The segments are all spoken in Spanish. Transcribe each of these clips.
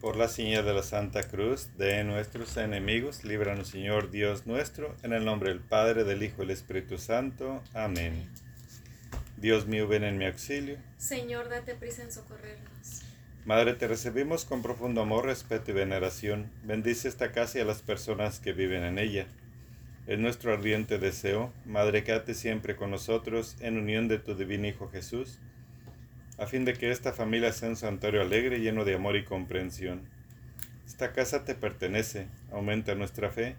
Por la señal de la Santa Cruz de nuestros enemigos, líbranos Señor Dios nuestro, en el nombre del Padre, del Hijo y del Espíritu Santo. Amén. Dios mío, ven en mi auxilio. Señor, date prisa en socorrernos. Madre, te recibimos con profundo amor, respeto y veneración. Bendice esta casa y a las personas que viven en ella. Es nuestro ardiente deseo, Madre, quédate siempre con nosotros en unión de tu divino Hijo Jesús, a fin de que esta familia sea un santuario alegre, lleno de amor y comprensión. Esta casa te pertenece, aumenta nuestra fe,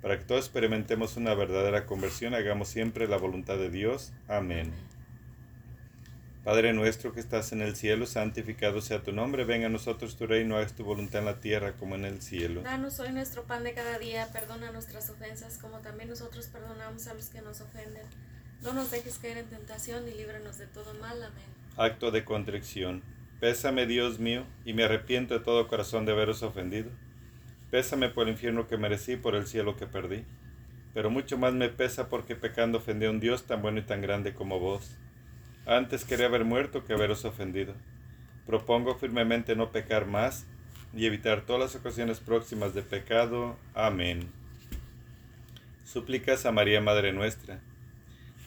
para que todos experimentemos una verdadera conversión, hagamos siempre la voluntad de Dios. Amén. Padre nuestro que estás en el cielo, santificado sea tu nombre, venga a nosotros tu reino, haz tu voluntad en la tierra como en el cielo. Danos hoy nuestro pan de cada día, perdona nuestras ofensas como también nosotros perdonamos a los que nos ofenden. No nos dejes caer en tentación y líbranos de todo mal. Amén. Acto de contrición. Pésame, Dios mío, y me arrepiento de todo corazón de haberos ofendido. Pésame por el infierno que merecí y por el cielo que perdí. Pero mucho más me pesa porque pecando ofendí a un Dios tan bueno y tan grande como vos. Antes quería haber muerto que haberos ofendido. Propongo firmemente no pecar más y evitar todas las ocasiones próximas de pecado. Amén. Súplicas a María Madre nuestra.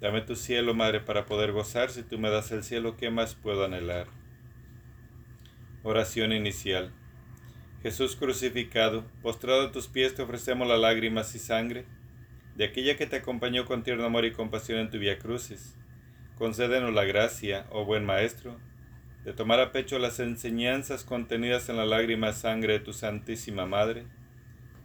Dame tu cielo, Madre, para poder gozar. Si tú me das el cielo, ¿qué más puedo anhelar? Oración inicial. Jesús crucificado, postrado a tus pies te ofrecemos las lágrimas y sangre de aquella que te acompañó con tierno amor y compasión en tu vía crucis. Concédenos la gracia, oh buen Maestro, de tomar a pecho las enseñanzas contenidas en la lágrima y sangre de tu Santísima Madre,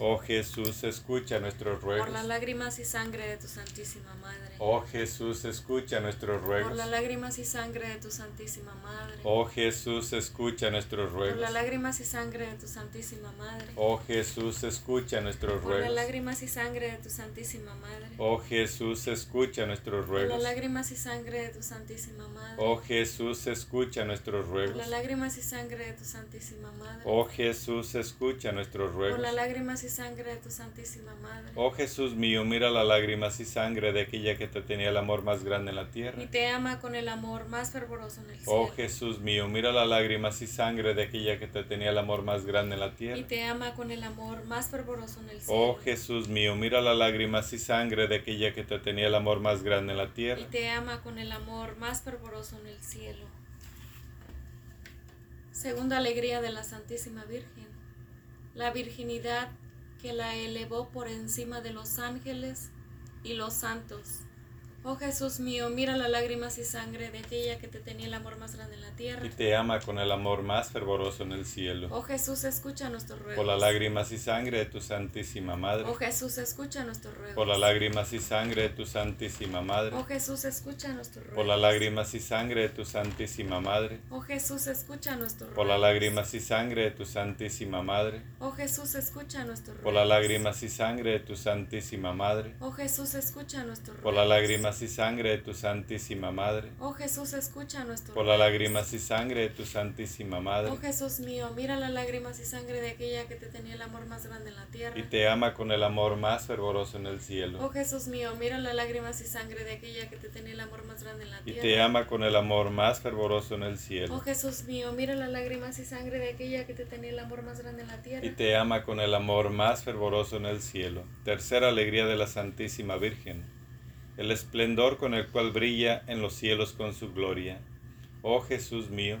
Oh Jesús, escucha nuestros Por ruegos. las lágrimas y sangre de tu Santísima Madre. Oh Jesús, escucha nuestros Por ruegos. las lágrimas y sangre de tu Santísima Madre. Oh Jesús, escucha nuestros Por ruegos. las lágrimas y sangre de tu Santísima Madre. Oh Jesús, escucha nuestros Por las ruegos. lágrimas y sangre de tu Santísima Madre. Oh Jesús, escucha nuestros Por las ruegos. lágrimas y sangre de tu Santísima Madre. Oh Jesús, escucha nuestros Por ruegos. las lágrimas y sangre de tu Santísima Madre. Oh Jesús, escucha nuestros Por ruegos. las lágrimas y sangre de tu Santísima Madre. Oh Jesús mío, mira las lágrimas y sangre de aquella que te tenía el amor más grande en la tierra. Y te ama con el amor más fervoroso en el cielo. Oh Jesús mío, mira las lágrimas y sangre de aquella que te tenía el amor más grande en la y tierra. te ama con el amor más fervoroso en el cielo. Oh Jesús mío, mira las lágrimas y sangre de aquella que te tenía el amor más grande en la y tierra. te ama con el amor más fervoroso en el cielo. Segunda alegría de la Santísima Virgen, la virginidad que la elevó por encima de los ángeles y los santos. Oh Jesús mío, mira las lágrimas y sangre de aquella que te tenía el amor más grande en la Y tierra. te ama con el amor más fervoroso en el cielo. Oh Jesús, escucha nuestros ruegos. Por las lágrimas y sangre de tu Santísima Madre. Oh Jesús, escucha nuestros ruegos. Por las lágrimas y sangre de tu Santísima Madre. Oh Jesús, escucha nuestros Oh, ruegos. Por las lágrimas y sangre de tu Santísima Madre. Oh Jesús, escucha nuestros ruegos. Por las lágrimas y sangre de tu Santísima Madre. Oh Jesús, escucha nuestros ruegos. Por las lágrimas y sangre de tu Santísima Madre. Oh Jesús, escucha nuestros ruegos. Por las lágrimas y sangre de tu Santísima Madre. Oh Jesús, escucha nuestros Por las lágrimas y sangre de tu Santísima Madre. Oh Jesús mío, mira las lágrimas y sangre de aquella que te tenía el amor más grande en la tierra. Y te ama con el amor más fervoroso en el Oh cielo. Jesús mío, mira las lágrimas y sangre de aquella que te tenía el amor más grande en la Y tierra. te ama con el amor más fervoroso en el Oh cielo. Jesús mío, mira las lágrimas y sangre de aquella que te tenía el amor más grande en la tierra. Y te ama con el amor más fervoroso en el cielo. Tercera alegría de la Santísima Virgen. El esplendor con el cual brilla en los cielos con su gloria. Oh Jesús mío,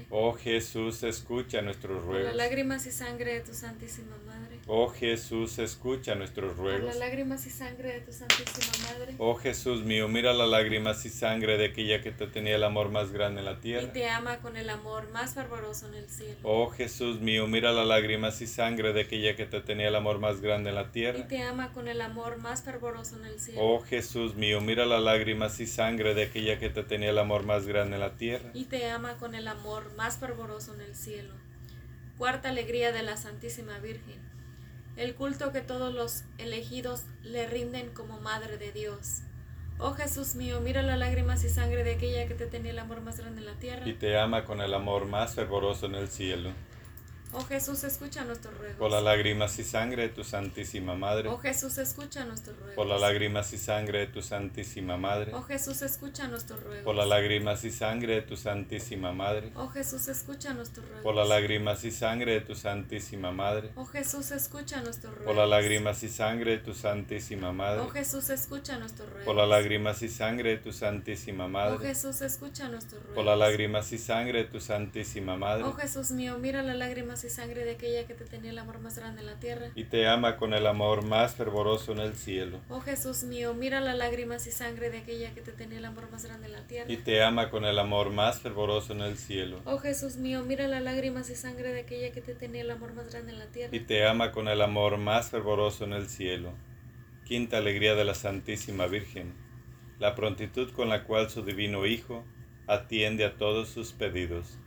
Oh Jesús, escucha nuestros Por las ruegos. lágrimas y sangre de tu Santísima Madre. Oh Jesús, escucha nuestros Por ruegos. las lágrimas y sangre de tu Santísima Madre. Pues. Oh Jesús mío, mira las lágrimas y sangre de aquella que te tenía el amor más grande en la Y tierra. te ama con el amor más fervoroso en el cielo. Oh Jesús mío, mira las lágrimas y sangre de aquella que te tenía el amor más grande en la Y tierra. te ama con el amor más fervoroso en el cielo. Oh Jesús mío, mira las lágrimas y sangre de aquella que te tenía el amor más grande en la tierra. y te ama con el amor más fervoroso en el cielo. Cuarta alegría de la Santísima Virgen, el culto que todos los elegidos le rinden como Madre de Dios. Oh Jesús mío, mira las lágrimas y sangre de aquella que te tenía el amor más grande en la tierra. Y te ama con el amor más fervoroso en el cielo. Oh Jesús, escucha nuestros Por las ruegos. lágrimas y sangre de tu Santísima Madre. Oh Jesús, escucha nuestros Por las ruegos. lágrimas y sangre de tu Santísima Madre. Oh Jesús, escucha nuestros Por las ruegos. lágrimas y sangre de tu Santísima Madre. Oh Jesús, escucha nuestros Por las ruegos. lágrimas y sangre de tu Santísima Madre. Oh Jesús, escucha nuestros ruegos. Por las lágrimas y sangre de tu Santísima Oh Madre. Jesús, escucha nuestros ruegos. Por las lágrimas y sangre de tu Santísima Oh Madre. Jesús, escucha nuestro ruego. Por las lágrimas y sangre de tu Santísima Madre. Oh Jesús mío, mira las lágrimas y sangre de aquella que te tenía el amor más grande en la tierra. Y te ama con el amor más fervoroso en el cielo. Oh Jesús mío, mira las lágrimas y sangre de aquella que te tenía el amor más grande en la tierra. Y te ama con el amor más fervoroso en el cielo. Oh Jesús mío, mira las lágrimas y sangre de aquella que te tenía el amor más grande en la tierra. y te ama con el amor más fervoroso en el cielo. Quinta alegría de la Santísima Virgen, la prontitud con la cual su divino Hijo atiende a todos sus pedidos.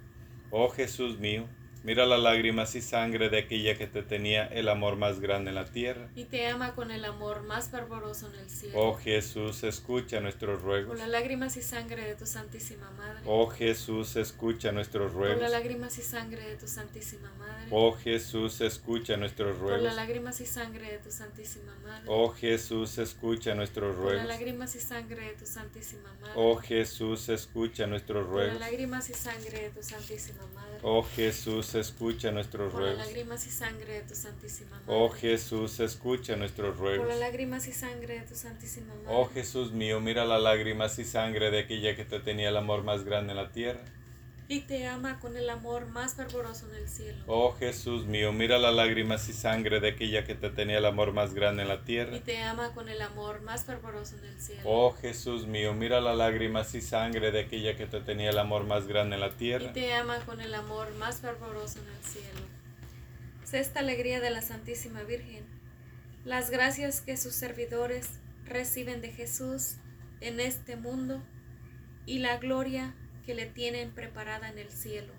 Oh Jesús mío, mira las lágrimas y sangre de aquella que te tenía el amor más grande en la tierra. Y te ama con el amor más fervoroso en el cielo. Oh Jesús, escucha nuestros Por ruegos. las lágrimas y sangre de tu Santísima Madre. Oh Jesús, escucha nuestros Por las ruegos. lágrimas y sangre de tu Santísima Madre. Oh Jesús, escucha nuestros Por ruegos. las lágrimas y sangre de tu Santísima Madre. Oh Jesús, escucha nuestros Por las ruegos. lágrimas y sangre de tu Santísima Madre. Oh Jesús, escucha nuestros Por las ruegos. lágrimas y sangre de tu Santísima Madre. Oh Jesús, escucha nuestros Por las ruegos. lágrimas y sangre de tu Santísima Madre. Oh Jesús, escucha nuestros Por las ruegos. lágrimas y sangre de tu Santísima Madre. Oh Jesús mío, mira las lágrimas y sangre de aquella que te tenía el amor más grande en la tierra. Y te ama con el amor más fervoroso en el cielo. Oh Jesús mío, mira las lágrimas y sangre de aquella que te tenía el amor más grande en la Y tierra. te ama con el amor más fervoroso en el cielo. Oh Jesús mío, mira las lágrimas y sangre de aquella que te tenía el amor más grande en la Y tierra. te ama con el amor más fervoroso en el cielo. Sexta alegría de la Santísima Virgen. Las gracias que sus servidores reciben de Jesús en este mundo y la gloria que le tienen preparada en el cielo.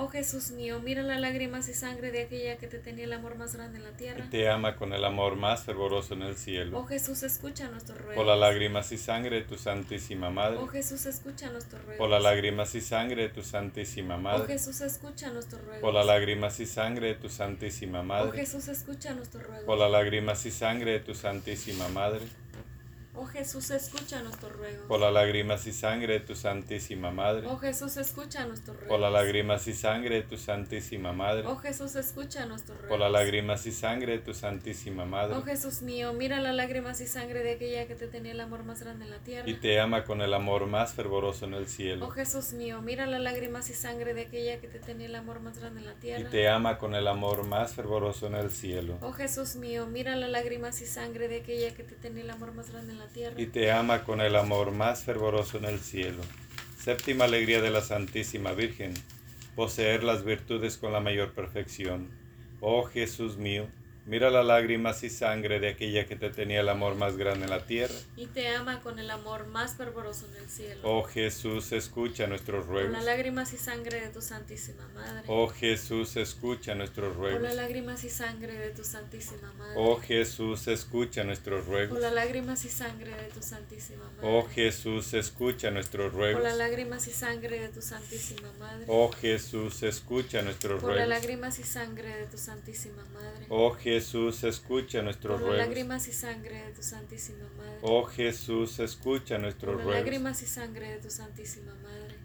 Oh Jesús mío, mira las lágrimas y sangre de aquella que te tenía el amor más grande en la Y tierra. te ama con el amor más fervoroso en el Oh cielo. Jesús, escucha nuestros Por las ruegos. lágrimas y sangre de tu Santísima Madre. Oh Jesús, escucha nuestros Por las ruegos. lágrimas y sangre de tu Santísima Oh Madre. Jesús, escucha nuestros Por las ruegos. lágrimas y sangre de tu Santísima Oh Madre. Jesús, escucha nuestros Por ruegos. las lágrimas y sangre de tu Santísima Madre. Oh Jesús, escucha nuestros Por ruegos. las lágrimas y sangre de tu Santísima Madre. Oh Jesús, escucha nuestros Por las ruegos. lágrimas y sangre de tu Santísima Madre. Oh Jesús, escucha nuestros Por las ruegos. lágrimas y sangre de tu Santísima Oh Madre. Jesús mío, mira las lágrimas y sangre de aquella que te tenía el amor más grande en la Y tierra. te ama con el amor más fervoroso en el Oh cielo. Jesús mío, mira las lágrimas y sangre de aquella que te tenía el amor más grande en la Y tierra. te ama con el amor más fervoroso en el cielo. Oh Jesús mío, mira las lágrimas y sangre de aquella que te tenía el amor más grande en la tierra. y te ama con el amor más fervoroso en el cielo. Séptima alegría de la Santísima Virgen, poseer las virtudes con la mayor perfección. Oh Jesús mío, Mira las lágrimas y sangre de aquella que te tenía el amor más grande en la tierra. y te ama con el amor más fervoroso en el cielo. Oh Jesús, escucha nuestros Por las ruegos. lágrimas y sangre de tu Santísima Madre. Oh Jesús, escucha nuestros Por las ruegos. lágrimas y sangre de tu Santísima Madre. Oh Jesús, escucha nuestros Por ruegos. las lágrimas y sangre de tu Santísima Oh Madre. Jesús, escucha nuestros Por las ruegos. lágrimas y sangre de tu Santísima Madre. Oh Jesús, escucha nuestros Por las ruegos. lágrimas y sangre de tu Santísima Madre. Oh Jesús, escucha nuestros Por las ruegos. lágrimas y sangre de tu Santísima Madre. Oh Jesús, escucha Por nuestros las ruegos. lágrimas y sangre de tu Santísima Madre.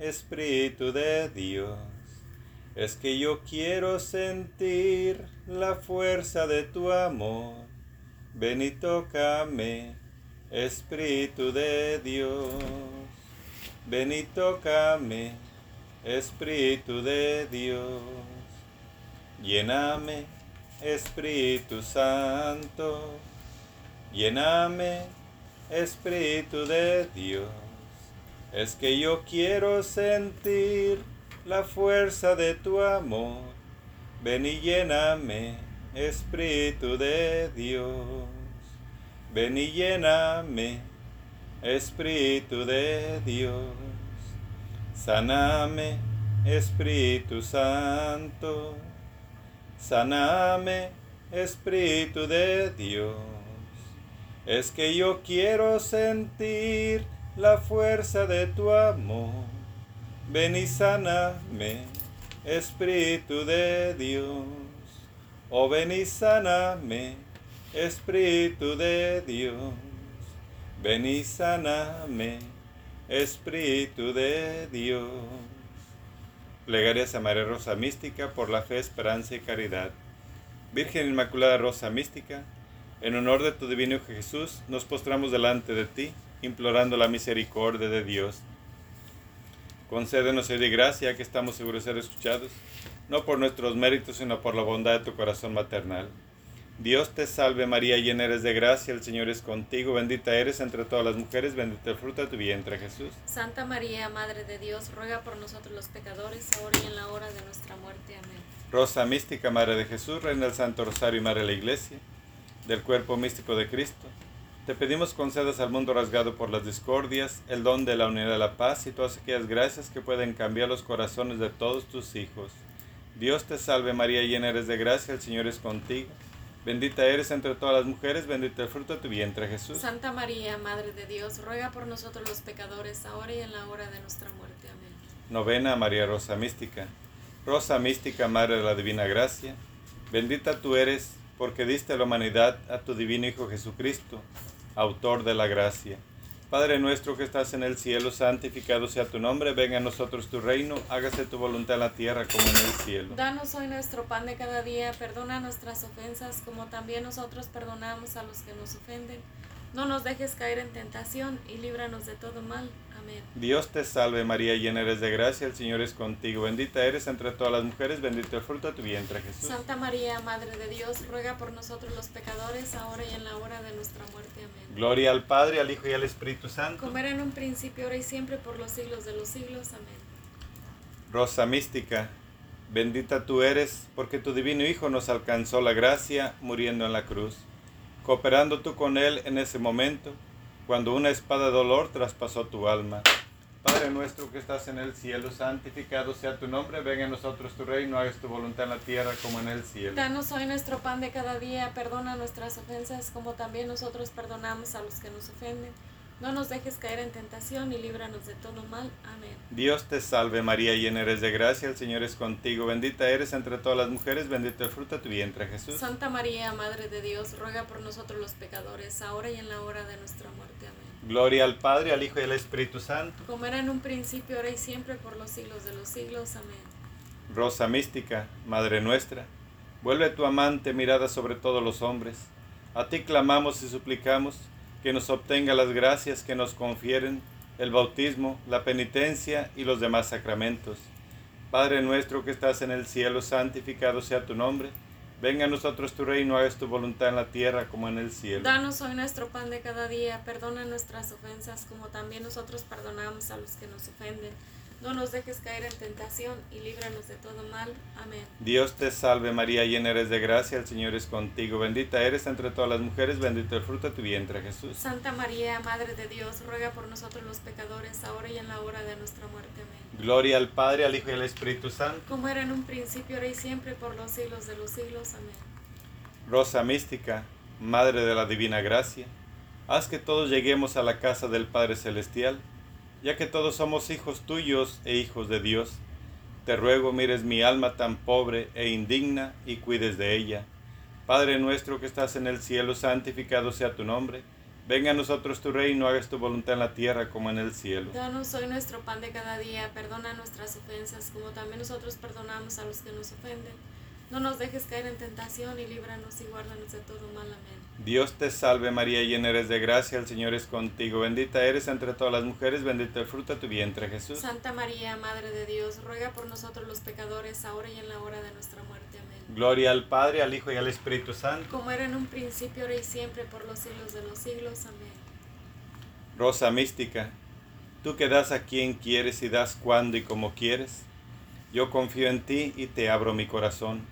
Espíritu de Dios. Es que yo quiero sentir la fuerza de tu amor. Ven y tócame, Espíritu de Dios. Ven y tócame, Espíritu de Dios. Lléname, Espíritu Santo. Lléname, Espíritu de Dios. Es que yo quiero sentir la fuerza de tu amor. Ven y lléname, Espíritu de Dios. Ven y lléname, Espíritu de Dios. Saname, Espíritu Santo. Saname, Espíritu de Dios. Es que yo quiero sentir la fuerza de tu amor. Ven y saname, Espíritu de Dios. Oh, ven y saname, Espíritu de Dios. Ven y saname, Espíritu de Dios. Plegarias a María Rosa Mística por la fe, esperanza y caridad. Virgen Inmaculada Rosa Mística, en honor de tu divino Hijo Jesús, nos postramos delante de ti, implorando la misericordia de Dios. Concédenos, de gracia, que estamos seguros de ser escuchados, no por nuestros méritos, sino por la bondad de tu corazón maternal. Dios te salve María, llena eres de gracia, el Señor es contigo, bendita eres entre todas las mujeres, bendito el fruto de tu vientre Jesús. Santa María, Madre de Dios, ruega por nosotros los pecadores, ahora y en la hora de nuestra muerte. Amén. Rosa mística, Madre de Jesús, Reina del Santo Rosario y Madre de la Iglesia, del cuerpo místico de Cristo, te pedimos concedas al mundo rasgado por las discordias el don de la unidad de la paz y todas aquellas gracias que pueden cambiar los corazones de todos tus hijos. Dios te salve María, llena eres de gracia, el Señor es contigo. Bendita eres entre todas las mujeres, bendito el fruto de tu vientre Jesús. Santa María, Madre de Dios, ruega por nosotros los pecadores, ahora y en la hora de nuestra muerte. Amén. Novena a María Rosa Mística. Rosa Mística, Madre de la Divina Gracia, bendita tú eres porque diste a la humanidad a tu Divino Hijo Jesucristo, autor de la gracia. Padre nuestro que estás en el cielo, santificado sea tu nombre, venga a nosotros tu reino, hágase tu voluntad en la tierra como en el cielo. Danos hoy nuestro pan de cada día, perdona nuestras ofensas como también nosotros perdonamos a los que nos ofenden. No nos dejes caer en tentación y líbranos de todo mal. Amén. Dios te salve María, llena eres de gracia, el Señor es contigo, bendita eres entre todas las mujeres, bendito el fruto de tu vientre Jesús. Santa María, Madre de Dios, ruega por nosotros los pecadores, ahora y en la hora de nuestra muerte. Amén. Gloria al Padre, al Hijo y al Espíritu Santo. Como era en un principio, ahora y siempre, por los siglos de los siglos. Amén. Rosa mística, bendita tú eres, porque tu divino Hijo nos alcanzó la gracia muriendo en la cruz, cooperando tú con Él en ese momento, cuando una espada de dolor traspasó tu alma. Padre nuestro que estás en el cielo, santificado sea tu nombre, venga a nosotros tu reino, hagas tu voluntad en la tierra como en el cielo. Danos hoy nuestro pan de cada día, perdona nuestras ofensas como también nosotros perdonamos a los que nos ofenden. No nos dejes caer en tentación y líbranos de todo mal. Amén. Dios te salve María, llena eres de gracia, el Señor es contigo, bendita eres entre todas las mujeres, bendito el fruto de tu vientre Jesús. Santa María, Madre de Dios, ruega por nosotros los pecadores, ahora y en la hora de nuestra muerte. Amén. Gloria al Padre, al Hijo y al Espíritu Santo. Como era en un principio, ahora y siempre, por los siglos de los siglos. Amén. Rosa mística, Madre nuestra, vuelve tu amante mirada sobre todos los hombres, A ti clamamos y suplicamos que nos obtenga las gracias que nos confieren el bautismo, la penitencia y los demás sacramentos. Padre nuestro que estás en el cielo, santificado sea tu nombre. Venga a nosotros tu reino, hagas tu voluntad en la tierra como en el cielo. Danos hoy nuestro pan de cada día, perdona nuestras ofensas como también nosotros perdonamos a los que nos ofenden. No nos dejes caer en tentación y líbranos de todo mal. Amén. Dios te salve María, llena eres de gracia, el Señor es contigo, bendita eres entre todas las mujeres, bendito el fruto de tu vientre Jesús. Santa María, Madre de Dios, ruega por nosotros los pecadores, ahora y en la hora de nuestra muerte. Amén. Gloria al Padre, al Hijo y al Espíritu Santo. Como era en un principio, ahora y siempre, por los siglos de los siglos. Amén. Rosa mística, Madre de la Divina Gracia, haz que todos lleguemos a la casa del Padre Celestial ya que todos somos hijos tuyos e hijos de Dios. Te ruego mires mi alma tan pobre e indigna y cuides de ella. Padre nuestro que estás en el cielo, santificado sea tu nombre. Venga a nosotros tu reino, hagas tu voluntad en la tierra como en el cielo. Danos hoy nuestro pan de cada día, perdona nuestras ofensas como también nosotros perdonamos a los que nos ofenden. No nos dejes caer en tentación y líbranos y guárdanos de todo mal. Amén. Dios te salve María, llena eres de gracia, el Señor es contigo, bendita eres entre todas las mujeres, bendito el fruto de tu vientre Jesús. Santa María, Madre de Dios, ruega por nosotros los pecadores, ahora y en la hora de nuestra muerte. Amén. Gloria al Padre, al Hijo y al Espíritu Santo. Como era en un principio, ahora y siempre, por los siglos de los siglos. Amén. Rosa mística, tú que das a quien quieres y das cuando y como quieres, yo confío en ti y te abro mi corazón.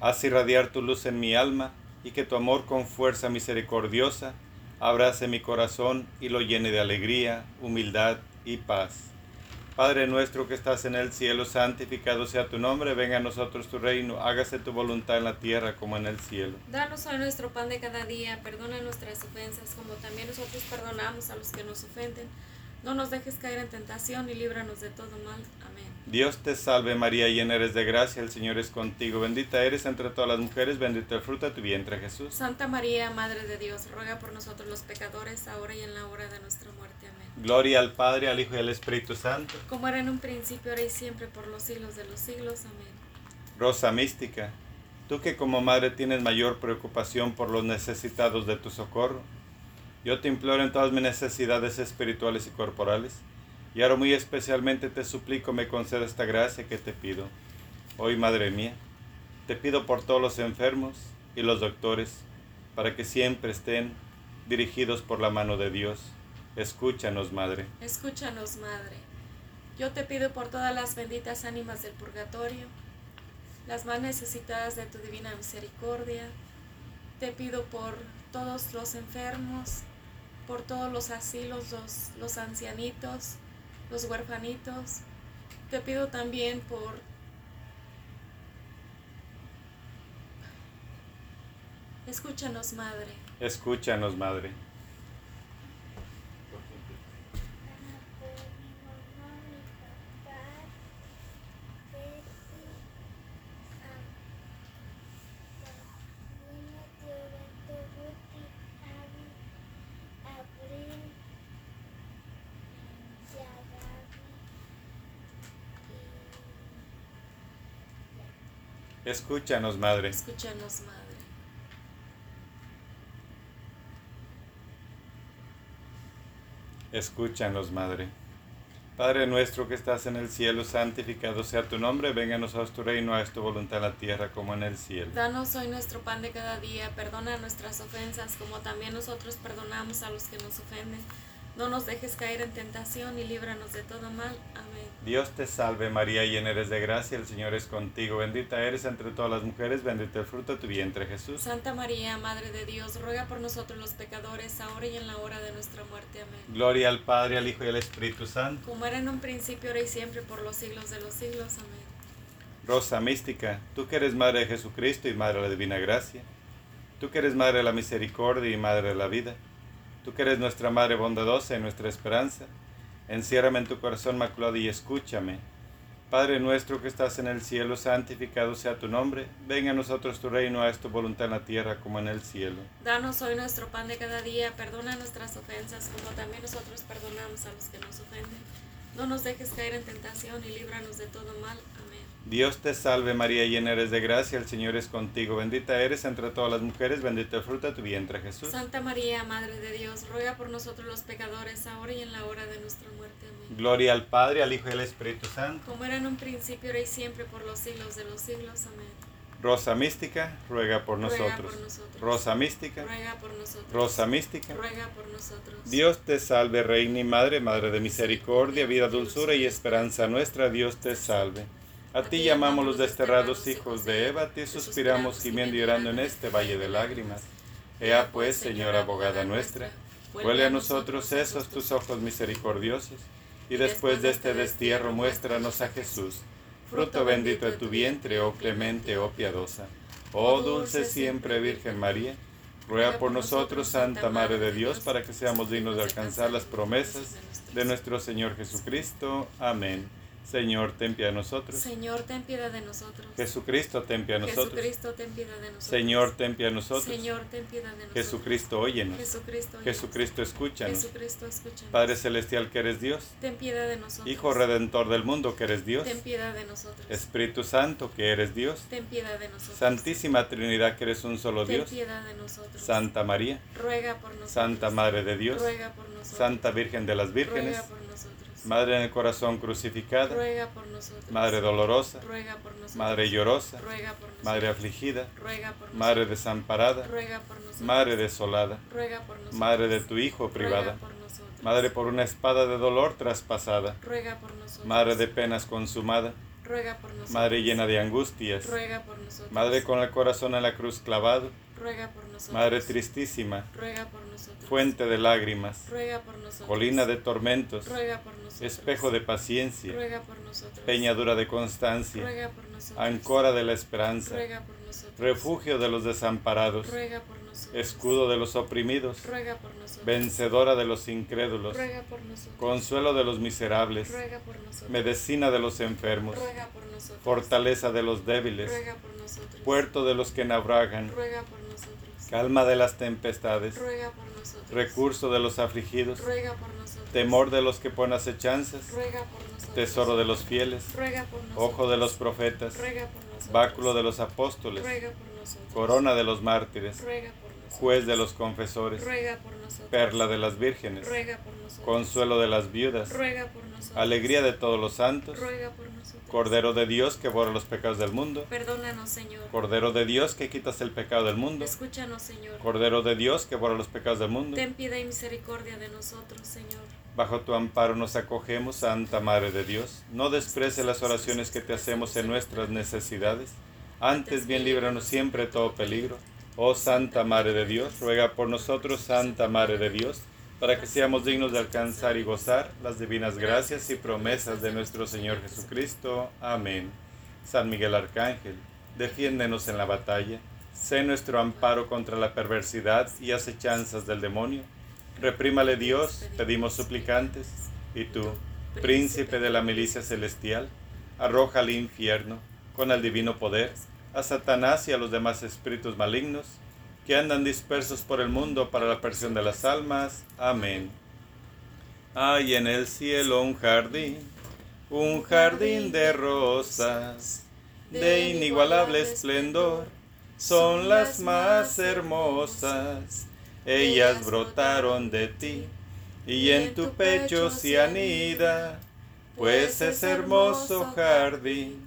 Haz irradiar tu luz en mi alma y que tu amor con fuerza misericordiosa abrace mi corazón y lo llene de alegría, humildad y paz. Padre nuestro que estás en el cielo, santificado sea tu nombre, venga a nosotros tu reino, hágase tu voluntad en la tierra como en el cielo. Danos hoy nuestro pan de cada día, perdona nuestras ofensas como también nosotros perdonamos a los que nos ofenden. No nos dejes caer en tentación y líbranos de todo mal. Amén. Dios te salve María, llena eres de gracia, el Señor es contigo, bendita eres entre todas las mujeres, bendito el fruto de tu vientre Jesús. Santa María, Madre de Dios, ruega por nosotros los pecadores, ahora y en la hora de nuestra muerte. Amén. Gloria al Padre, al Hijo y al Espíritu Santo. Como era en un principio, ahora y siempre, por los siglos de los siglos. Amén. Rosa mística, tú que como madre tienes mayor preocupación por los necesitados de tu socorro, yo te imploro en todas mis necesidades espirituales y corporales, y ahora muy especialmente te suplico me conceda esta gracia que te pido. Hoy, Madre mía, te pido por todos los enfermos y los doctores, para que siempre estén dirigidos por la mano de Dios. Escúchanos, Madre. Escúchanos, Madre. Yo te pido por todas las benditas ánimas del purgatorio, las más necesitadas de tu divina misericordia. Te pido por todos los enfermos, por todos los asilos, los, los, ancianitos, los huerfanitos. Te pido también por Escúchanos, madre. Escúchanos, madre. Escúchanos, Madre. Escúchanos, Madre. Escúchanos, Madre. Padre nuestro que estás en el cielo, santificado sea tu nombre, venga a nosotros tu reino, haz tu voluntad en la tierra como en el cielo. Danos hoy nuestro pan de cada día, perdona nuestras ofensas como también nosotros perdonamos a los que nos ofenden. No nos dejes caer en tentación y líbranos de todo mal. Amén. Dios te salve María, llena eres de gracia, el Señor es contigo, bendita eres entre todas las mujeres, bendito el fruto de tu vientre Jesús. Santa María, Madre de Dios, ruega por nosotros los pecadores, ahora y en la hora de nuestra muerte. Amén. Gloria al Padre, al Hijo y al Espíritu Santo. Como era en un principio, ahora y siempre, por los siglos de los siglos. Amén. Rosa mística, tú que eres Madre de Jesucristo y Madre de la Divina Gracia, tú que eres Madre de la Misericordia y Madre de la Vida, Tú que eres nuestra Madre bondadosa y nuestra esperanza, enciérrame en tu corazón maculado y escúchame. Padre nuestro que estás en el cielo, santificado sea tu nombre, venga a nosotros tu reino, haz tu voluntad en la tierra como en el cielo. Danos hoy nuestro pan de cada día, perdona nuestras ofensas como también nosotros perdonamos a los que nos ofenden. No nos dejes caer en tentación y líbranos de todo mal. Amén. Dios te salve María, llena eres de gracia, el Señor es contigo, bendita eres entre todas las mujeres, bendito el fruto de tu vientre Jesús. Santa María, Madre de Dios, ruega por nosotros los pecadores, ahora y en la hora de nuestra muerte. Amén. Gloria al Padre, al Hijo y al Espíritu Santo. Como era en un principio, ahora y siempre, por los siglos de los siglos. Amén. Rosa mística, ruega por Ruega nosotros. por nosotros. Rosa mística, Ruega por nosotros. Rosa mística. Ruega por nosotros. Dios te salve, Reina y Madre, Madre de misericordia, vida, dulzura y esperanza nuestra, Dios te salve. A ti llamamos los desterrados hijos de Eva, a ti suspiramos gimiendo y llorando en este valle de lágrimas. Ea pues, Señora abogada nuestra, vuelve a nosotros esos tus ojos misericordiosos, y después de este destierro muéstranos a Jesús, fruto bendito de tu vientre, oh clemente, oh piadosa. Oh dulce siempre Virgen María, ruega por nosotros, Santa Madre de Dios, para que seamos dignos de alcanzar las promesas de nuestro Señor Jesucristo. Amén. Señor, ten piedad de nosotros. Señor, ten piedad de nosotros. Jesucristo, ten piedad de nosotros. Jesucristo, ten piedad de nosotros. Señor, ten piedad de nosotros. Señor, ten piedad de nosotros. Jesucristo, óyenos. Jesucristo, óyenos. Jesucristo, escúchanos. Jesucristo, escúchanos. Padre celestial que eres Dios, ten piedad de nosotros. Hijo redentor del mundo que eres Dios, ten piedad de nosotros. Espíritu Santo que eres Dios, Ten piedad de nosotros. Santísima Trinidad que eres un solo ten Dios, piedad de nosotros. Santa María, ruega por nosotros. Santa Madre de Dios, ruega por nosotros. Santa Virgen de las Vírgenes, ruega por nosotros. Madre en el corazón crucificada, ruega por nosotros. Madre dolorosa, ruega por nosotros. Madre llorosa, ruega por nosotros. Madre afligida, ruega por nosotros. Madre desamparada, ruega por nosotros. Madre desolada, ruega por nosotros. Madre de tu Hijo privada, ruega por nosotros. Madre por una espada de dolor traspasada, ruega por nosotros. Madre de penas consumada, ruega por nosotros. Madre llena de angustias, ruega por nosotros. Madre con el corazón en la cruz clavado, ruega por nosotros. Madre tristísima, ruega por nosotros. fuente de lágrimas, ruega por nosotros. colina de tormentos, ruega por nosotros. espejo de paciencia, ruega por nosotros. peñadura de constancia, ruega por nosotros. ancora de la esperanza, ruega por nosotros. refugio de los desamparados, ruega por nosotros. escudo de los oprimidos, ruega por nosotros. vencedora de los incrédulos, ruega por nosotros. consuelo de los miserables, ruega por nosotros. medicina de los enfermos, ruega por nosotros. fortaleza de los débiles, ruega por nosotros. puerto de los que naufragan, ruega por nosotros. calma de las tempestades, ruega por nosotros. recurso de los afligidos, ruega por nosotros. temor de los que ponen acechanzas, ruega por nosotros. tesoro de los fieles, ruega por nosotros. ojo de los profetas, ruega por nosotros. báculo de los apóstoles, ruega por nosotros. corona de los mártires, ruega por nosotros. juez de los confesores, ruega por nosotros. perla de las vírgenes, ruega por nosotros. consuelo de las viudas, ruega por nosotros. alegría de todos los santos, ruega por nosotros. cordero de Dios que borra los pecados del mundo, Perdónanos, Señor. cordero de Dios que quitas el pecado del mundo, Escúchanos, Señor. cordero de Dios que borra los pecados del mundo, Ten piedad y misericordia de nosotros, Señor. Bajo tu amparo nos acogemos, Santa Madre de Dios. No desprece las oraciones que te hacemos en nuestras necesidades. Antes bien líbranos siempre de todo peligro. Oh Santa Madre de Dios, ruega por nosotros, Santa Madre de Dios, para que seamos dignos de alcanzar y gozar las divinas gracias y promesas de nuestro Señor Jesucristo. Amén. San Miguel Arcángel, defiéndenos en la batalla. Sé nuestro amparo contra la perversidad y acechanzas del demonio. Reprímale Dios, pedimos suplicantes, y tú, príncipe de la milicia celestial, arroja al infierno, con el divino poder, a Satanás y a los demás espíritus malignos que andan dispersos por el mundo para la perdición de las almas. Amén. Hay en el cielo un jardín, un jardín de rosas, de inigualable esplendor, son las más hermosas. Ellas brotaron de ti y en tu pecho se anida, pues es hermoso jardín,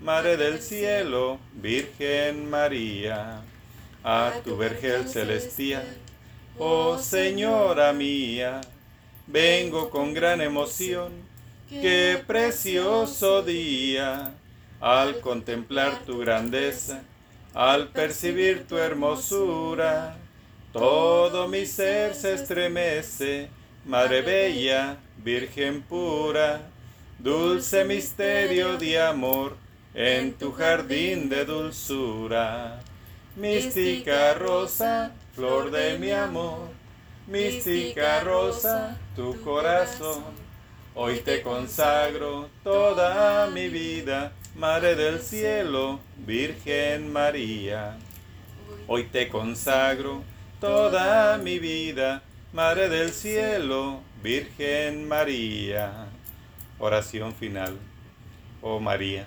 Madre del cielo, Virgen María. A tu vergel celestial, oh Señora mía, vengo con gran emoción. Qué precioso día al contemplar tu grandeza, al percibir tu hermosura. Todo mi ser se estremece, Madre Bella, Virgen pura, dulce misterio de amor, en tu jardín de dulzura. Mística rosa, flor de mi amor, mística rosa, tu corazón. Hoy te consagro toda mi vida, Madre del Cielo, Virgen María. Hoy te consagro toda mi vida, Madre del Cielo, Virgen María. Oración final. Oh María,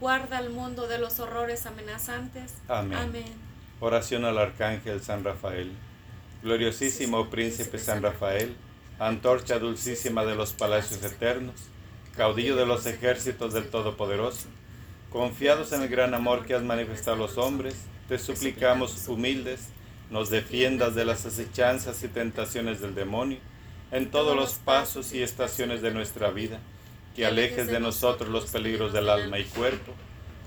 guarda al mundo de los horrores amenazantes. Amén. Amén. Oración al Arcángel San Rafael. Gloriosísimo Príncipe San Rafael, antorcha dulcísima de los palacios eternos, caudillo de los ejércitos del Todopoderoso, confiados en el gran amor que has manifestado a los hombres, te suplicamos, humildes, nos defiendas de las acechanzas y tentaciones del demonio, en todos los pasos y estaciones de nuestra vida, que alejes de nosotros los peligros del alma y cuerpo,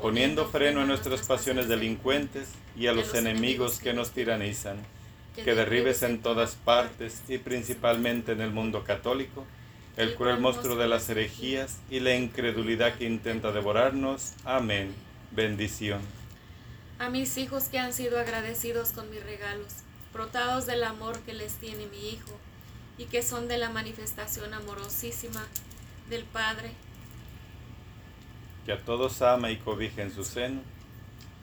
poniendo freno a nuestras pasiones delincuentes y a los enemigos que nos tiranizan, que derribes en todas partes y principalmente en el mundo católico el cruel monstruo de las herejías y la incredulidad que intenta devorarnos. Amén. Bendición. A mis hijos que han sido agradecidos con mis regalos, brotados del amor que les tiene mi Hijo y que son de la manifestación amorosísima del Padre, Que a todos ama y cobija en su seno.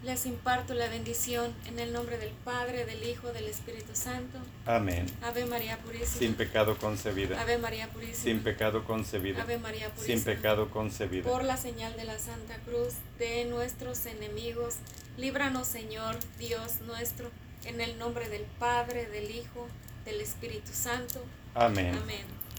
les imparto la bendición en el nombre del Padre, del Hijo, del Espíritu Santo. Amén. Ave María Sin Purísima. pecado concebida. Ave María Purísima. Sin pecado concebida. Ave María Purísima. Sin pecado concebida. Por la señal de la Santa Cruz de nuestros enemigos, líbranos Señor Dios nuestro, en el nombre del Padre, del Hijo, del Espíritu Santo. Amén. Amén.